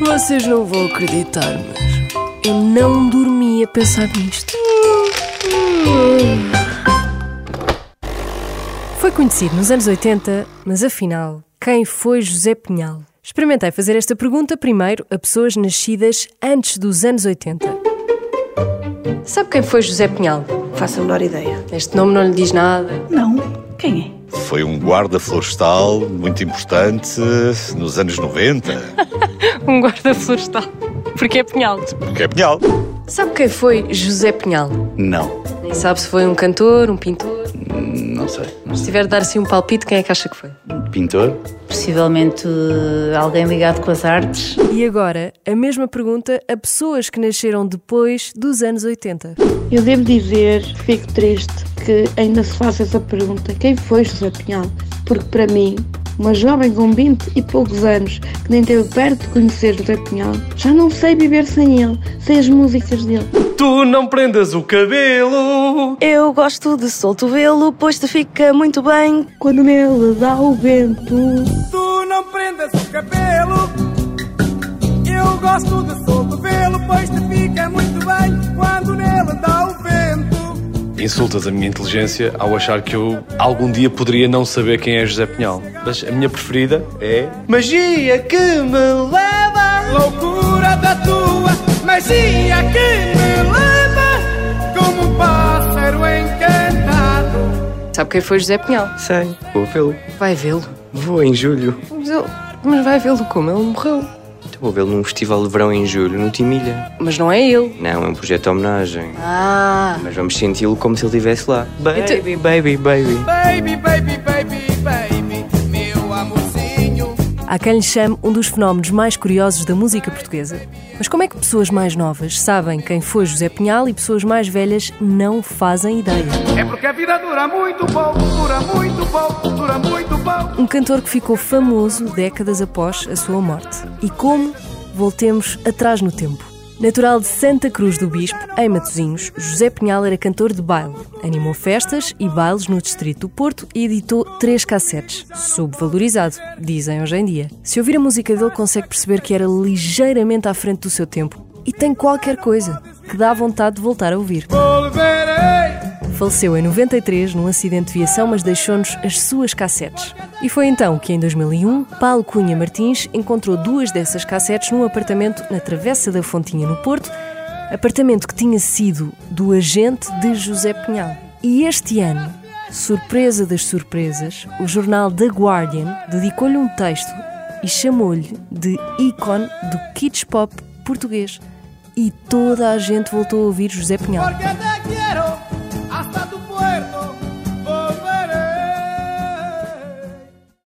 Vocês não vão acreditar, mas eu não dormi a pensar nisto. Foi conhecido nos anos 80, mas afinal, quem foi José Pinhal? Experimentei fazer esta pergunta primeiro a pessoas nascidas antes dos anos 80. Sabe quem foi José Pinhal? Faço a menor ideia. Este nome não lhe diz nada. Não. Quem é? Foi um guarda florestal muito importante nos anos 90. Um guarda florestal. Porque é Pinhal. Porque é Pinhal? Sabe quem foi José Pinhal? Não. Nem sabe se foi um cantor, um pintor. Não sei. Se tiver de dar assim um palpite, quem é que acha que foi? Pintor? Possivelmente eh, alguém ligado com as artes. E agora, a mesma pergunta a pessoas que nasceram depois dos anos 80. Eu devo dizer, fico triste que ainda se faça essa pergunta: quem foi José Pinhal? Porque para mim, uma jovem com 20 e poucos anos que nem teve perto de conhecer José Pinhal, já não sei viver sem ele, sem as músicas dele. Tu não prendas o cabelo. Eu gosto de solto vê-lo, pois te fica muito bem. Quando nele dá o vento, Tu não prendas o cabelo. Eu gosto de solto vê-lo, pois te fica muito bem quando nele dá o vento. Insultas a minha inteligência ao achar que eu algum dia poderia não saber quem é José Pinhal. Mas a minha preferida é. Magia que me leva! Loucura da tua magia que me leva como um pássaro encantado. Sabe quem foi José Pinhal? Sei, vou vê-lo. Vai vê-lo. Vou em julho. Mas, ele- mas vai vê-lo como? Ele morreu. Então vou vê-lo num festival de verão em julho, no Timilha. Mas não é ele. Não, é um projeto de homenagem. Ah! Mas vamos senti-lo como se ele estivesse lá. Então- Baby, baby, baby. Baby, baby, baby, baby, meu amorzinho. Há quem lhe chame um dos fenómenos mais curiosos da música portuguesa. Mas como é que pessoas mais novas sabem quem foi José Pinhal e pessoas mais velhas não fazem ideia? É porque a vida dura muito pouco, dura muito pouco, dura muito pouco. Um cantor que ficou famoso décadas após a sua morte. E como? Voltemos atrás no tempo. Natural de Santa Cruz do Bispo, em Matosinhos, José Pinhal era cantor de baile. Animou festas e bailes no distrito do Porto e editou três cassetes. Subvalorizado, dizem hoje em dia. Se ouvir a música dele, consegue perceber que era ligeiramente à frente do seu tempo. E tem qualquer coisa que dá vontade de voltar a ouvir. Volverei. Faleceu em 93 num acidente de viação, mas deixou-nos as suas cassetes. E foi então que, em 2001, Paulo Cunha Martins encontrou duas dessas cassetes num apartamento na Travessa da Fontinha, no Porto, apartamento que tinha sido do agente de José Pinhal. E este ano, surpresa das surpresas, o jornal The Guardian dedicou-lhe um texto e chamou-lhe de ícone do kids pop português. E toda a gente voltou a ouvir José Pinhal. Porque te quiero,